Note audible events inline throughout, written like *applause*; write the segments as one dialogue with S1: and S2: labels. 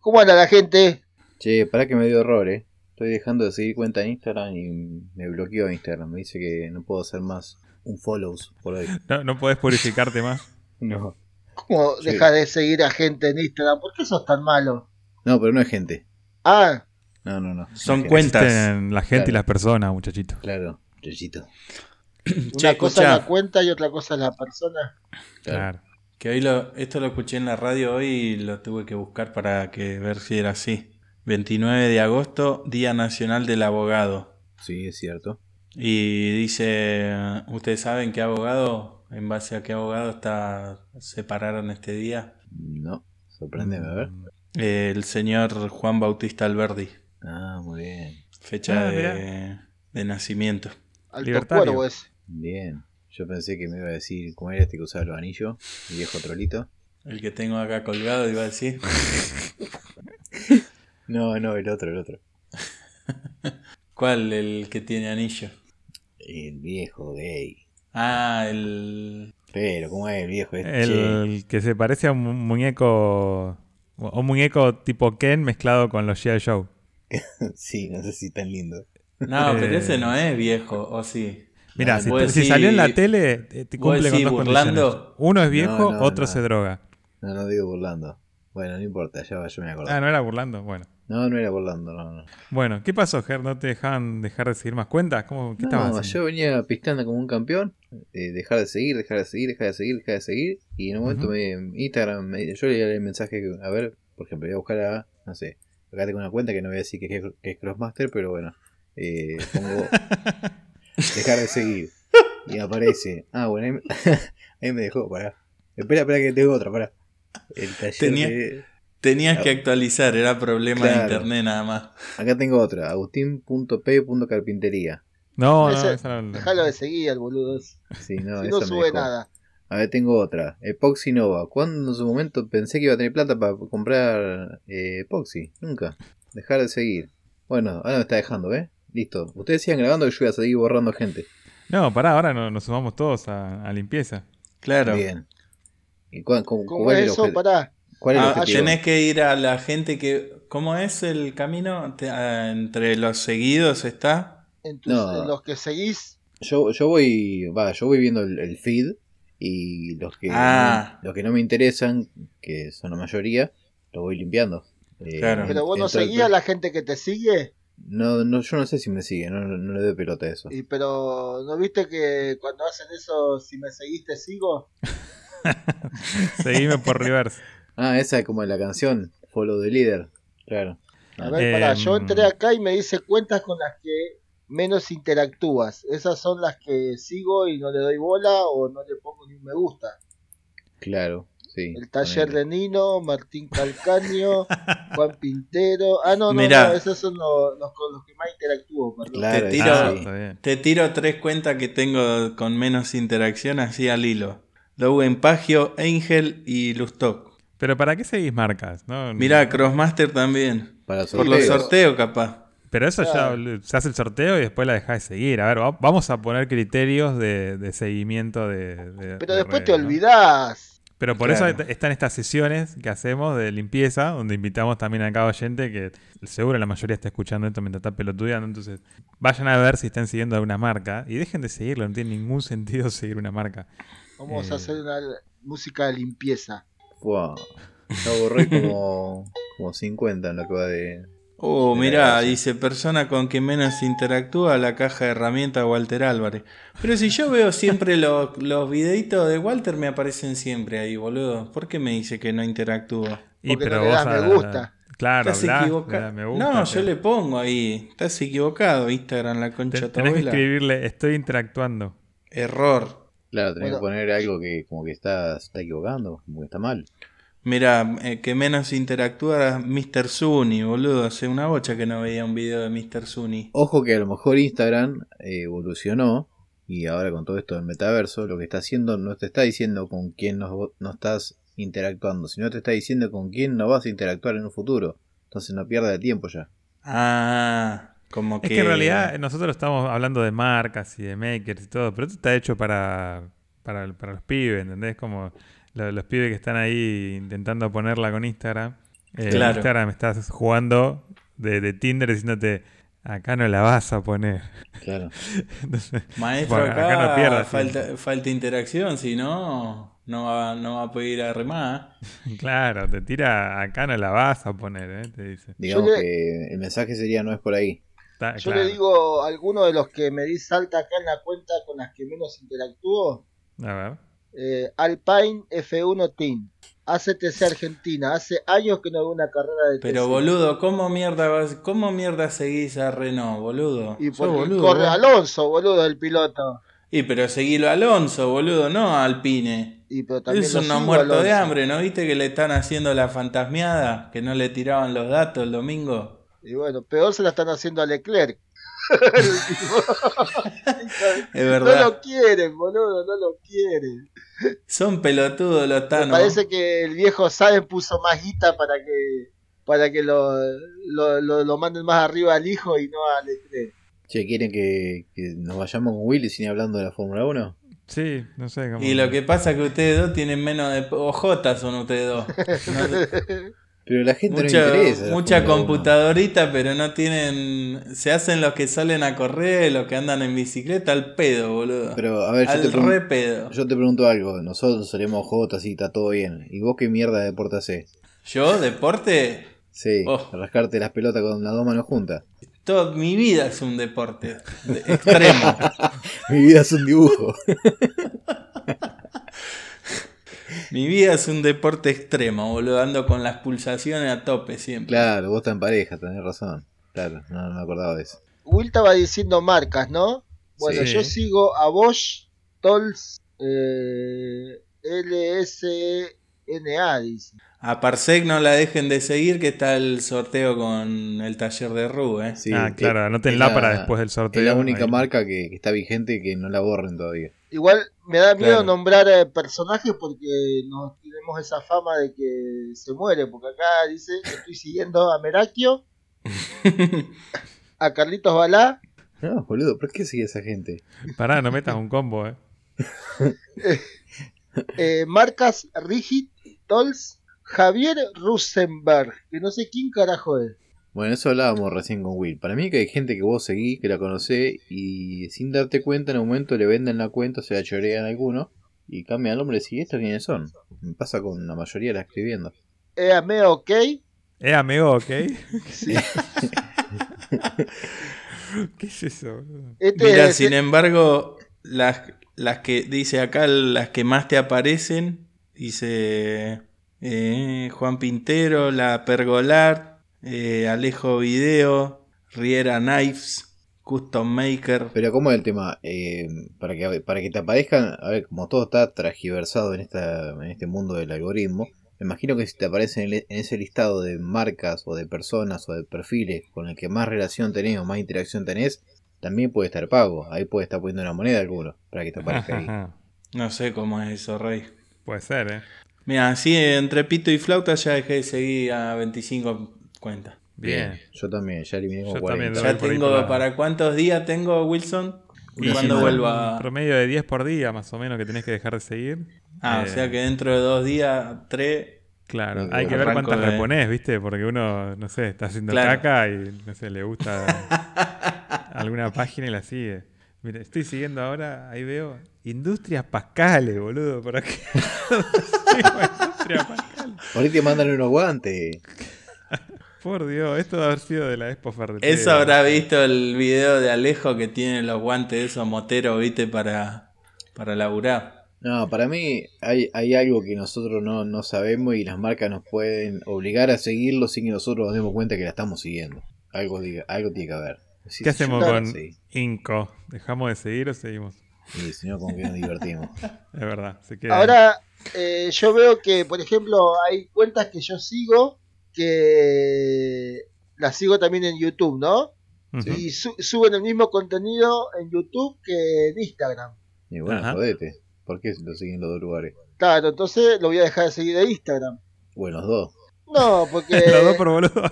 S1: ¿Cómo anda la gente?
S2: Che, pará que me dio error, eh. Estoy dejando de seguir cuenta en Instagram y me bloqueó Instagram. Me dice que no puedo hacer más un follows por hoy.
S3: No, no podés purificarse más.
S2: *laughs* No.
S1: ¿Cómo
S2: Sí.
S1: dejas de seguir a gente en Instagram? ¿Por qué sos tan malo?
S2: No, pero no es gente. *laughs*
S1: Ah,
S2: No, no, no.
S4: Son
S2: No es gente.
S4: cuentas.
S3: Existen la gente y
S2: Claro.
S3: las personas, muchachitos.
S2: Claro, Yoyito.
S1: una
S4: Che,
S1: cosa es la
S4: escuchá,
S1: cuenta y otra cosa es la persona.
S2: Claro.
S3: Claro.
S4: que hoy lo- esto lo escuché en la radio hoy y lo tuve que buscar para que ver si era así. 29 de agosto, Día Nacional del Abogado.
S2: Sí, es cierto.
S4: Y dice, ¿ustedes saben qué abogado, en base a qué abogado está separaron este día? eh,
S2: No, sorpréndeme, a ver.
S4: El señor Juan Bautista Alberdi,
S2: Ah, muy bien.
S4: fecha
S3: Ah,
S4: de, de nacimiento.
S1: Alto
S3: Libertario.
S1: cuervo ese.
S2: Bien. Yo pensé que me iba a decir cómo era este que usaba los anillos, el viejo trolito.
S4: El que tengo acá colgado iba a decir.
S2: No, no, el otro, el otro.
S4: ¿Cuál? El que tiene anillo.
S2: El viejo gay.
S4: Ah, el...
S2: Pero, ¿cómo es el viejo este? Che,
S3: El que se parece a un mu- muñeco. Un muñeco tipo Ken mezclado con los G.I. Joe.
S2: *laughs* Sí, no sé si tan lindo.
S4: No, pero
S3: Eh.
S4: ese no es viejo, ¿o sí?
S3: Mira,
S2: Ah,
S3: si,
S4: vos
S3: te- si
S4: decís-
S3: salió en la tele, eh, te
S4: vos
S3: cumple con
S4: decís
S3: dos
S4: burlando.
S3: condiciones. Uno es viejo,
S2: No, no,
S3: otro
S2: no.
S3: se droga.
S2: No, no digo burlando. Bueno, no importa, ya va, yo me acuerdo.
S3: Ah, no era burlando. Bueno.
S2: No, no era burlando, no, no.
S3: Bueno, ¿qué pasó, Ger? ¿No te dejaban dejar de seguir más cuentas? ¿Cómo, ¿Qué estabas
S2: No,
S3: haciendo?
S2: yo venía pisteando como un campeón. eh, dejar de seguir, dejar de seguir, dejar de seguir, dejar de seguir. Y en un momento
S3: Ujú.
S2: me, Instagram, me- yo leía el mensaje, que- a ver, por ejemplo, voy a buscar a, no sé, acá tengo una cuenta que no voy a decir que es, que es Crossmaster, pero bueno, eh,
S3: *laughs*
S2: pongo dejar de seguir. Y aparece, ah, bueno, ahí me, *laughs* ahí me dejó, pará. Espera, espera que tengo otra, pará. El taller
S4: Tenía-
S2: de-
S4: Tenías que actualizar, era problema de
S2: Claro.
S4: internet nada más.
S2: Acá tengo otra, agustín.p.carpintería.
S3: No, no,
S1: Ese-
S3: esa no-
S1: Dejalo de seguir al boludo. ese.
S2: Sí,
S1: *laughs*
S2: no,
S1: si no
S2: esa me
S1: sube
S2: dejó.
S1: nada.
S2: A ver, tengo otra. Epoxy Nova. ¿Cuándo en su momento pensé que iba a tener plata para comprar eh, Epoxy? Nunca. Dejar de seguir. Bueno, ahora me está dejando, ¿eh? Listo. Ustedes sigan grabando que yo voy a seguir borrando gente.
S3: No, pará, ahora no- nos sumamos todos a, a limpieza.
S4: Claro.
S2: Bien. ¿Y cuál, cu-
S1: ¿Cómo
S2: cuál
S1: es
S2: el
S1: eso?
S2: obje-
S1: Pará.
S2: cuál es el
S4: Ah,
S2: objetivo?
S4: tenés que ir a la gente que... ¿Cómo es el camino? Te- ah, entre los seguidos está.
S1: En, tus-
S2: No.
S1: en los que seguís,
S2: Yo, yo voy. Va, yo voy viendo el, el feed. Y los que,
S4: Ah.
S2: los que no me interesan, que son la mayoría, los voy limpiando. Eh,
S4: Claro.
S1: pero vos no
S2: entro al-
S1: seguís a la gente que te sigue.
S2: No, no, yo no sé si me sigue, no, no le doy pelota a eso.
S1: Y pero ¿no viste que cuando hacen eso, si me seguiste sigo?
S2: *laughs*
S3: Seguime por reverse.
S2: Ah, esa es como la canción, Follow the Leader. Claro.
S1: A ver, pará,
S3: Em.
S1: yo entré acá y me dice cuentas con las que menos interactúas. Esas son las que sigo y no le doy bola o no le pongo ni un me gusta.
S2: Claro, sí.
S1: El taller
S2: ponele.
S1: de Nino, Martín
S3: *laughs*
S1: Calcaño, Juan Pintero. Ah, no, no,
S4: Mirá.
S1: no, esos son los, los con los que más interactúo. perdón.
S2: Claro,
S4: Te
S2: sí.
S4: tiro-
S3: Ah,
S2: sí.
S3: está bien.
S4: Te tiro tres cuentas que tengo con menos interacción así al hilo. Lowen Pagio, Angel y Lustok.
S3: Pero ¿para qué seguís marcas? No,
S4: Mirá, Crossmaster también.
S2: Para
S4: Por los
S2: sorteos.
S4: sorteos capaz.
S3: Pero eso
S1: Claro.
S3: ya se hace el sorteo y después la dejás de seguir. A ver, va- vamos a poner criterios de, de seguimiento de, de-
S1: Pero
S3: de
S1: después
S3: redes,
S1: te
S3: ¿no?
S1: olvidás.
S3: Pero por
S4: Claro.
S3: eso est- están estas sesiones que hacemos de limpieza, donde invitamos también a cada oyente que seguro la mayoría está escuchando esto mientras está pelotudeando. Entonces, vayan a ver si están siguiendo alguna marca y dejen de seguirlo. No tiene ningún sentido *laughs* seguir una marca.
S1: Vamos
S3: Eh.
S1: a hacer una música de limpieza.
S2: Buah, Ya borré como, como 50 en lo que va de.
S4: Oh,
S2: Mirá,
S4: mirá,
S2: sí.
S4: dice persona con que menos interactúa la caja de herramientas Walter Álvarez. Pero si yo veo siempre *laughs* los, los videitos de Walter, me aparecen siempre ahí, boludo. ¿por qué me dice que no interactúa?
S1: Porque no le das me gusta.
S3: Claro,
S4: Estás
S3: Ah, hablás, le
S4: equivocado.
S3: das me gusta,
S4: no,
S3: te-
S4: yo le pongo ahí. Estás equivocado, Instagram, la
S3: te-
S4: concha de tu
S3: tenés que
S4: abuela.
S3: escribirle, estoy interactuando.
S4: Error.
S2: Claro, tenés que
S1: Bueno.
S2: poner algo que como que está, se está equivocando, como que está mal.
S4: Mira, eh, que menos interactúa era Mr. Zuni, boludo. Hace una bocha que no veía un video de Mr. Zuni.
S2: Ojo que a lo mejor Instagram eh, evolucionó y ahora con todo esto del metaverso, lo que está haciendo no te está diciendo con quién no, no estás interactuando, sino te está diciendo con quién no vas a interactuar en un futuro. Entonces no pierdas de tiempo ya.
S4: Ah, como que.
S3: Es que en realidad eh, nosotros estamos hablando de marcas y de makers y todo, pero esto está hecho para, para, para los pibes, ¿entendés? Como lo- los pibes que están ahí intentando ponerla con Instagram. Eh,
S4: Claro.
S3: Instagram estás jugando de, de Tinder diciéndote, acá no la vas a poner. *laughs*
S2: Claro.
S3: Entonces,
S4: Maestro,
S3: Bueno,
S4: acá,
S3: acá no pierdas,
S4: falta, falta interacción, si no, no va, no va a poder ir a remar.
S3: claro, te tira, acá no la vas a poner, ¿eh? te dice.
S2: Digamos
S1: Yo le-
S2: que el mensaje sería no es por ahí.
S3: Está-
S1: Yo
S3: Ah, claro.
S1: le digo a alguno de los que me di salta acá en la cuenta con las que menos interactúo.
S3: A ver.
S1: Eh, Alpine F1 Team. ACTC Argentina. Hace años que no veo una carrera de
S4: Pero
S1: TC.
S4: boludo, ¿cómo mierda vas, cómo mierda seguís a Renault, boludo?
S1: Y
S4: Sos
S1: porque
S4: boludo,
S1: corre
S4: vos.
S1: Alonso, boludo, el piloto.
S4: Y pero seguilo a Alonso, boludo, no a Alpine.
S1: Y pero también
S4: Es
S1: lo
S4: un no
S1: sigo,
S4: muerto de
S1: Alonso.
S4: hambre, ¿no viste que le están haciendo la fantasmeada? Que no le tiraban los datos el domingo.
S1: Y bueno, peor se la están haciendo a Leclerc. *laughs*
S4: Es
S1: no
S4: verdad.
S1: lo quieren, boludo, no lo quieren.
S4: Son pelotudos los
S1: Me
S4: Tano.
S1: parece que el viejo Sáenz puso más guita para que para que lo, lo, lo- lo manden más arriba al hijo y no a Leclerc.
S2: Che, ¿quieren que, que nos vayamos con Willy sin ir hablando de la Fórmula 1?
S3: Sí, no sé cómo.
S4: Y lo que pasa es que ustedes dos tienen menos de... OJ son ustedes dos.
S1: *laughs*
S4: No-
S2: Pero la gente
S4: Mucha,
S2: no le interesa. la
S4: mucha
S2: Fórmula 1.
S4: computadorita, pero no tienen. Se hacen los que salen a correr, los que andan en bicicleta, al pedo, boludo.
S2: Pero a ver, yo
S4: al
S2: te, pregun-
S4: re pedo.
S2: yo te pregunto algo. Nosotros solemos J, y está todo bien. ¿Y vos qué mierda de deporte haces?
S4: Yo, deporte,
S2: Sí,
S4: Oh.
S2: rascarte las pelotas con las dos manos juntas. *laughs*
S4: toda mi vida es un deporte de-
S2: *laughs*
S4: extremo.
S2: Mi vida es un dibujo. *laughs*
S4: mi vida es un deporte extremo, boludo. Ando con las pulsaciones a tope siempre.
S2: claro, vos estás en pareja, tenés razón. Claro, no, no me acordaba de eso.
S1: Will estaba diciendo marcas, ¿no? Bueno,
S3: Sí.
S1: yo sigo a Bosch, Tols, eh, LSNA, dice.
S4: A Parsec no la dejen de seguir, que está el sorteo con el taller de Ru, eh. *laughs*
S2: Sí,
S3: ah,
S2: es-
S3: claro,
S2: es
S3: anótenla
S2: la-
S3: para después del sorteo.
S2: Es la única
S3: Ahí.
S2: marca que, que está vigente y que no la borren todavía.
S1: Igual me da miedo
S4: Claro.
S1: nombrar eh, personajes porque nos tenemos esa fama de que se muere, porque acá dice que estoy siguiendo a Merakio, a Carlitos Balá,
S2: No, boludo, ¿por qué sigue esa gente?
S3: Pará, no metas un combo, ¿eh?
S1: eh, marcas Rigid, Tols, Javier Rusenberg, que no sé quién carajo es.
S2: Bueno, eso hablábamos recién con Will. Para mí que hay gente que vos seguís, que la conocés y sin darte cuenta en un momento le venden la cuenta, se la chorean a alguno y cambian el nombre. Si estos quiénes son, me pasa con la mayoría de las escribiendo.
S1: Eh, amé, ok.
S3: Eh, amigo,
S4: *laughs*
S3: ¿ok?
S1: Sí.
S3: *laughs* ¿Qué es eso? boludo?
S1: Este
S4: Mira,
S1: es-
S4: sin embargo, las, las que dice acá, las que más te aparecen, dice eh, Juan Pintero, La Pergolar, eh, Alejo Video, Riera Knives, Custom Maker.
S2: Pero ¿cómo es el tema? Eh, para, que, para que te aparezcan, a ver, como todo está transgiversado en, esta, en este mundo del algoritmo, me imagino que si te aparecen en, le- en ese listado de marcas o de personas o de perfiles con el que más relación tenés o más interacción tenés, también puede estar pago. Ahí puede estar poniendo una moneda alguno para que te aparezca ahí.
S4: No sé cómo es eso, Rey.
S3: Puede ser, ¿eh?
S4: Mira, así entre pito y flauta ya dejé de seguir a 25 cuentas.
S3: *laughs* Bien.
S2: Yo también, ya eliminé como
S3: Yo
S2: 40.
S3: también
S4: Ya
S3: voy por ahí
S4: tengo,
S3: por la-
S4: ¿para cuántos días tengo, Wilson?
S2: Una
S4: ¿Cuándo
S2: semana.
S4: vuelvo a...?
S3: Un promedio de 10 por día, más o menos, que tenés que dejar de seguir.
S4: Ah, o
S3: Eh,
S4: sea que dentro de dos días, tres...
S3: Claro,
S2: Muy
S3: hay que
S4: bueno.
S3: ver
S4: Arranco
S3: cuántas
S4: de-
S3: reponés, ¿viste? Porque uno, no sé, está haciendo
S4: Claro.
S3: caca y, no sé, le
S4: *laughs*
S3: gusta alguna página y la sigue. Mira, estoy siguiendo ahora, ahí veo, Industrias Pascales, boludo, ¿para qué? *laughs* Sigo a Industrias Pascales.
S2: Por ahí te mandan unos guantes.
S3: Por Dios, esto debe haber sido de la Expo Ferretera.
S4: Eso habrá visto el video de Alejo que tiene los guantes de esos moteros, viste, para, para laburar.
S2: No, para mí hay, hay algo que nosotros no, no sabemos y las marcas nos pueden obligar a seguirlo sin que nosotros nos demos cuenta que la estamos siguiendo. Algo, diga- algo tiene que haber. Sí,
S3: ¿Qué
S2: sí,
S3: hacemos
S2: yo-
S3: con
S2: Sí,
S3: Inco? ¿Dejamos de seguir o seguimos?
S2: y si no, con qué nos divertimos.
S3: Es verdad, se queda.
S1: Ahora eh, yo veo que, por ejemplo, hay cuentas que yo sigo que las sigo también en YouTube, ¿no?
S3: Ujú.
S1: Y su- suben el mismo contenido en YouTube que en Instagram.
S2: Y bueno,
S3: Ajá.
S2: jodete. ¿Por qué lo siguen los dos lugares?
S1: Claro, entonces lo voy a dejar de seguir de Instagram.
S2: Bueno, los dos.
S1: No,
S4: *laughs*
S1: porque,
S3: Los
S2: eh,
S3: dos por boludo.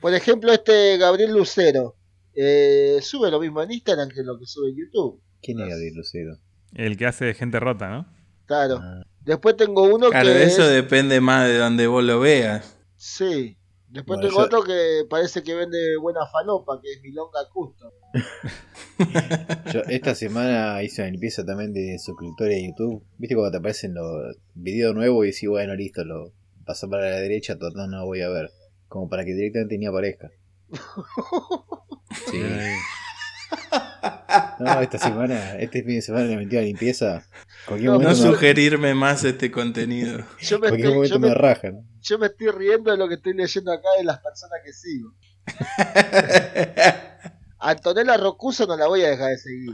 S1: por ejemplo, este Gabriel Lucero eh, sube lo mismo en Instagram que lo que sube en YouTube.
S2: ¿Quién es Gabriel Lucero?
S3: El que hace gente rota, ¿no?
S1: Claro.
S2: Ah,
S1: Después tengo uno
S4: Claro,
S1: que.
S4: eso
S1: es-
S4: depende más de donde vos lo veas.
S1: Sí. Después
S2: Bueno,
S1: tengo
S2: yo-
S1: otro que parece que vende buena falopa, que es Milonga Custom.
S2: Yo esta semana hice una limpieza también de suscriptores de YouTube. ¿Viste cuando te aparecen los videos nuevos y decís, bueno, listo, lo paso para la derecha, total no lo voy a ver? Como para que directamente ni aparezca. Sí.
S3: Eh,
S2: No, esta semana, este fin de semana le metí a limpieza. Cualquier
S1: No,
S2: momento,
S4: No
S1: Bueno,
S2: me,
S4: sugerirme más este contenido.
S1: Yo me,
S2: cualquier
S1: estoy,
S2: momento
S1: yo, me,
S2: me rajan.
S1: yo me estoy riendo de lo que estoy leyendo acá de las personas que
S2: *laughs*
S1: sigo. Antonella Rocuso no la voy a dejar de seguir.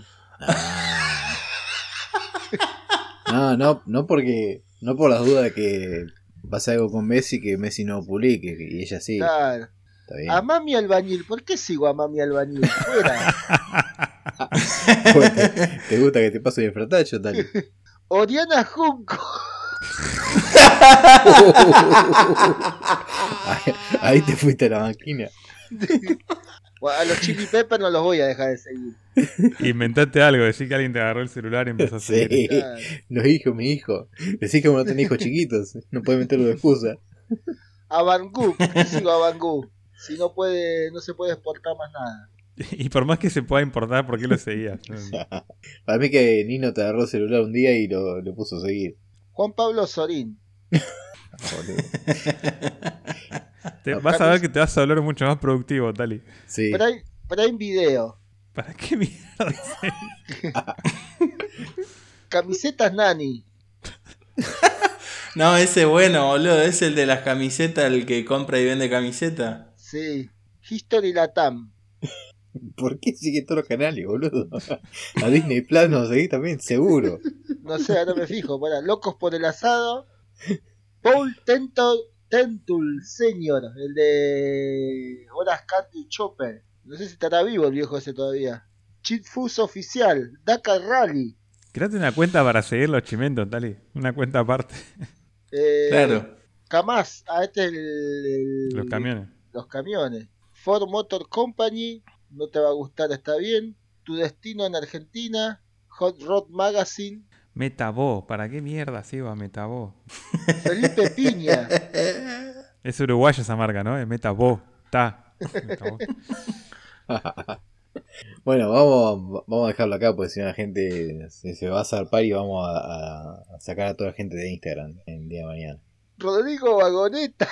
S2: No, no, no porque. No por las dudas de que pase algo con Messi que Messi no publique. Y ella sí.
S1: Claro.
S2: Está bien.
S1: A Mami Albañil, ¿por qué sigo a Mami Albañil? Fuera.
S2: *laughs* Bueno, te, *laughs* te gusta que te pase el fratacho, dale.
S1: Oriana Junco.
S2: ahí, *laughs* ahí te fuiste a la máquina.
S1: Bueno, A los Chili Peppers no los voy a dejar de seguir.
S3: Inventate algo, decir que alguien te agarró el celular y empezó a
S2: Sí.
S3: seguir.
S1: Claro.
S2: Los hijos, mi hijo. Decís que uno tiene hijos chiquitos. No puedes meterlo de excusa.
S1: A Bangú, ¿por qué sigo a Bangú? Si no puede, no se puede exportar más nada.
S3: Y por más que se pueda importar, ¿por qué lo
S2: *laughs*
S3: seguías?
S2: Para mí que Nino te agarró el celular un día y lo, lo puso a seguir.
S1: Juan Pablo Sorín.
S2: Boludo.
S3: Te- vas a ver que te vas a hablar mucho más productivo, Tali.
S2: Sí.
S1: Prime, Prime Video.
S3: ¿Para qué mierda?
S1: Camisetas Nani.
S4: No, ese bueno, boludo. Es el de las camisetas, el que compra y vende camiseta.
S1: Sí. History Latam.
S2: ¿Por qué sigue todos los canales, boludo? A Disney Plus nos seguís también, seguro.
S1: No sé, ahora me fijo. Bueno, Locos por el asado. Paul Tentor, Tentul Senior. El de Horas Candy Chopper. No sé si estará vivo el viejo ese todavía. Cheat Fuse Oficial. Dakar Rally.
S3: Créate una cuenta para seguir los chimentos, Tali. Una cuenta aparte.
S1: Eh,
S4: Claro.
S1: Kamaz. Ah, este es el-
S3: Los camiones.
S1: los camiones. Ford Motor Company, no te va a gustar, está bien. Tu destino en Argentina, Hot Rod Magazine,
S3: Metabo, ¿para qué mierda sigo a Metabo?
S1: Felipe
S3: *laughs*
S1: Piña,
S3: Es uruguaya esa marca, ¿no? Es Metabo.
S2: *laughs*
S3: Ta. Metabo.
S2: Bueno, vamos, vamos a dejarlo acá porque si no la gente se, se va a zarpar y vamos a, a- a sacar a toda la gente de Instagram el día de mañana.
S1: Rodrigo Vagoneta,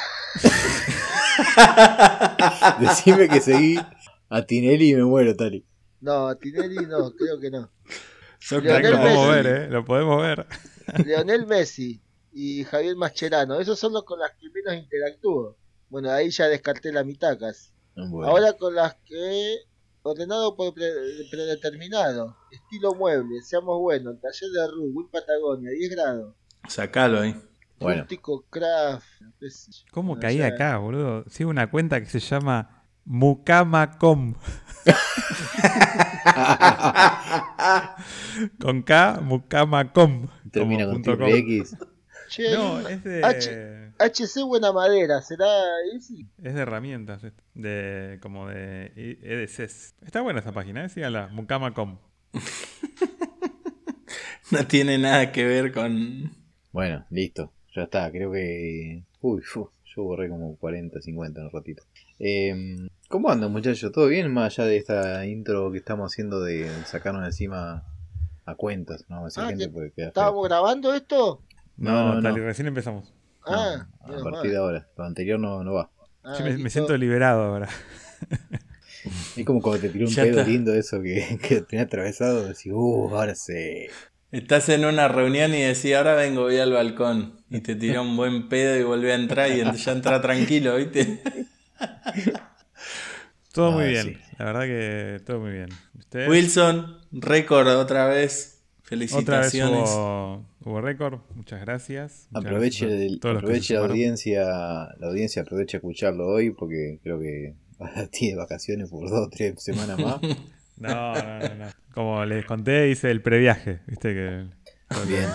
S2: Decime que seguí a Tinelli y me muero, Tali.
S1: no, a Tinelli no, creo que no.
S4: Son
S1: Leonel
S3: Lo podemos
S1: Messi.
S3: ver, ¿eh? Lo podemos ver.
S1: Leonel Messi y Javier Mascherano, esos son los con las que menos interactúo. Bueno, ahí ya descarté la mitad casi.
S2: Bueno,
S1: Ahora con las que ordenado por pre- predeterminado, estilo mueble, seamos buenos, taller de Rue, Will Patagonia, 10 grados.
S4: Sacalo ahí.
S2: bueno,
S1: Rústico Craft. qué sé yo.
S3: ¿Cómo
S1: No
S3: caí
S1: sé.
S3: acá, boludo? Sigo una cuenta que se llama Mucamacom. Con K, Mucamacom. *laughs*
S2: termina
S3: como
S2: con
S3: punto
S2: triple
S3: com.
S2: X.
S1: Che, hay
S3: No,
S1: una-
S2: eh.
S3: es de,
S1: H. HC Buena Madera, ¿será ese?
S3: es de herramientas. esto. De, como de E- EDCs. Está buena esa página, ¿eh? síganla. Mucamacom.
S4: No tiene nada que ver con.
S2: Bueno, listo. Ya está, creo que... Uy, fu, yo borré como 40, 50 en un ratito. Eh, ¿Cómo andan muchachos? ¿Todo bien? Más allá de esta intro que estamos haciendo de sacarnos encima a cuentas. No, Esa
S1: Ah,
S2: gente
S1: que
S2: puede quedar feo.
S1: ¿Estábamos grabando esto?
S3: No,
S2: No,
S3: Tali,
S2: no.
S3: recién empezamos.
S2: No,
S1: Ah, menos
S2: a
S1: mal.
S2: partir de ahora. Lo anterior no, no va.
S1: Ah,
S3: Yo me, me
S1: listo.
S3: siento liberado ahora.
S2: Es como cuando te tiró un
S4: Ya
S2: pedo
S4: está.
S2: lindo eso que, *laughs* que tenía atravesado. Decís, uh, ahora sí.
S4: Estás en una reunión y decís, ahora vengo, voy al balcón. Y te tiró un buen pedo y volví a entrar y ent- ya entra tranquilo, ¿viste?
S3: Todo
S2: Ah,
S3: muy bien.
S2: sí.
S3: La verdad que todo muy bien. ¿Ustedes?
S4: Wilson, récord otra vez.
S3: Otra vez
S4: Felicitaciones.
S3: hubo, hubo récord. Muchas gracias. Muchas
S2: Aproveche,
S3: gracias a
S2: el-
S3: todos los que
S2: aproveche
S3: se
S2: la
S3: sumaron.
S2: audiencia. La audiencia aproveche a escucharlo hoy porque creo que *laughs* tiene vacaciones por dos o tres semanas
S3: *laughs*
S2: más.
S3: No, no, no, no. Como les conté, hice el previaje. Viste que. lo-
S2: Bien.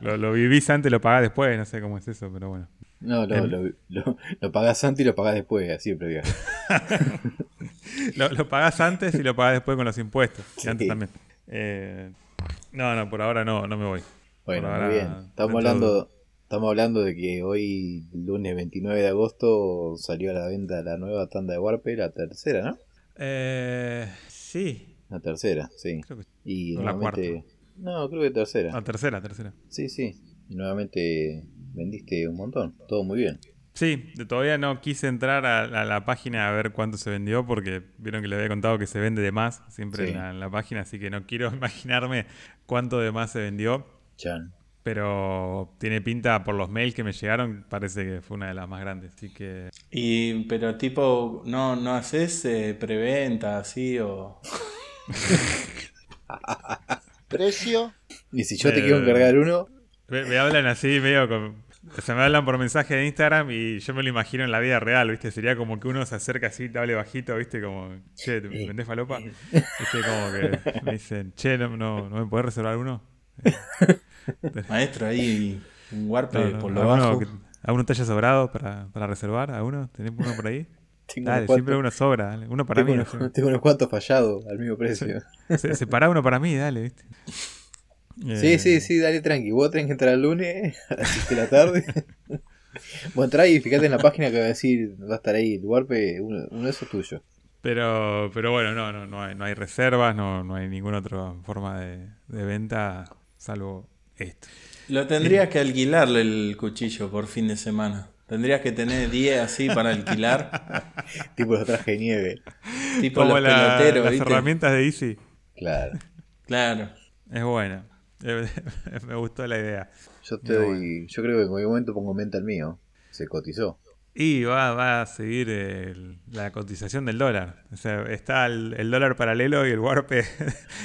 S3: Lo, lo vivís antes, lo pagás después. No sé cómo es eso, pero bueno.
S2: No, no,
S3: Em.
S2: lo, lo, lo pagás antes y lo pagás después, así siempre viaje.
S3: Lo, lo pagás antes y lo pagás después con los impuestos. Y
S2: Sí.
S3: antes también. Eh, no, no, por ahora no, no me voy.
S2: Bueno,
S3: Por
S2: muy
S3: ahora,
S2: bien. Estamos
S3: dentro-
S2: hablando, estamos hablando de que hoy, lunes 29 de agosto, salió a la venta la nueva tanda de Warpe, la tercera, ¿no?
S3: Eh, sí.
S2: La tercera, sí.
S3: Creo que-
S2: Y
S3: No, la Ah.
S2: nuevamente. No, creo que tercera.
S3: La tercera, tercera.
S2: Sí, sí. Y nuevamente vendiste un montón. Todo muy bien.
S3: Sí, de- todavía no quise entrar a, a la página a ver cuánto se vendió porque vieron que les había contado que se vende de más siempre
S2: Sí.
S3: en, la, en la página, así que no quiero *laughs* imaginarme cuánto de más se vendió,
S2: Chan.
S3: pero tiene pinta por los mails que me llegaron, parece que fue una de las más grandes, así que
S4: Y, pero tipo, no, no haces eh, preventa así o.
S1: Precio.
S2: Y si yo te
S3: Eh,
S2: quiero encargar uno,
S3: me, me hablan así medio con... O sea, me hablan por mensaje de Instagram y yo me lo imagino en la vida real, ¿viste? Sería como que uno se acerca así, te hable bajito, ¿viste? Como, che, ¿te vendés falopa? ¿Viste? Como que me dicen, che, no, no, ¿no me podés reservar uno?
S4: Maestro, ahí un warpe
S3: No, no,
S4: por lo
S3: ¿alguno
S4: bajo.
S3: que- ¿Alguno te haya sobrado para, para reservar? ¿Alguno? ¿Tenés uno por ahí?
S2: tengo,
S3: Dale,
S2: unos, cuantos,
S3: siempre uno sobra. dale. Uno para
S2: tengo
S3: mí.
S2: unos- *laughs* tengo unos cuantos fallados al mismo precio.
S3: Se, separá uno para mí, dale, ¿viste?
S2: Sí,
S3: Eh,
S2: sí, sí, dale tranqui. Vos tenés que entrar el lunes *laughs* a las 7 de la tarde. *laughs* Vos entrá y fíjate en la página que va a decir, va a estar ahí el Warpe, uno, uno de esos tuyo.
S3: Pero, pero bueno, no, no, no hay, no hay reservas, no, no hay ninguna otra forma de, de venta salvo esto.
S4: Lo tendrías que alquilarle el cuchillo por fin de semana. Tendrías que tener 10 así
S3: *laughs*
S4: para alquilar.
S2: Tipo los trajes de nieve.
S4: tipo
S3: Como
S4: los
S3: la-
S4: peloteros,
S3: las
S4: ¿viste?
S3: herramientas de Easy.
S2: Claro.
S4: Claro.
S3: Es buena. *laughs* Me gustó la idea.
S2: Yo estoy, yo creo que en cualquier momento pongo en venta el mío. Se cotizó.
S3: Y va, va a seguir el- la cotización del dólar. O sea, está el, el dólar paralelo y el warpe.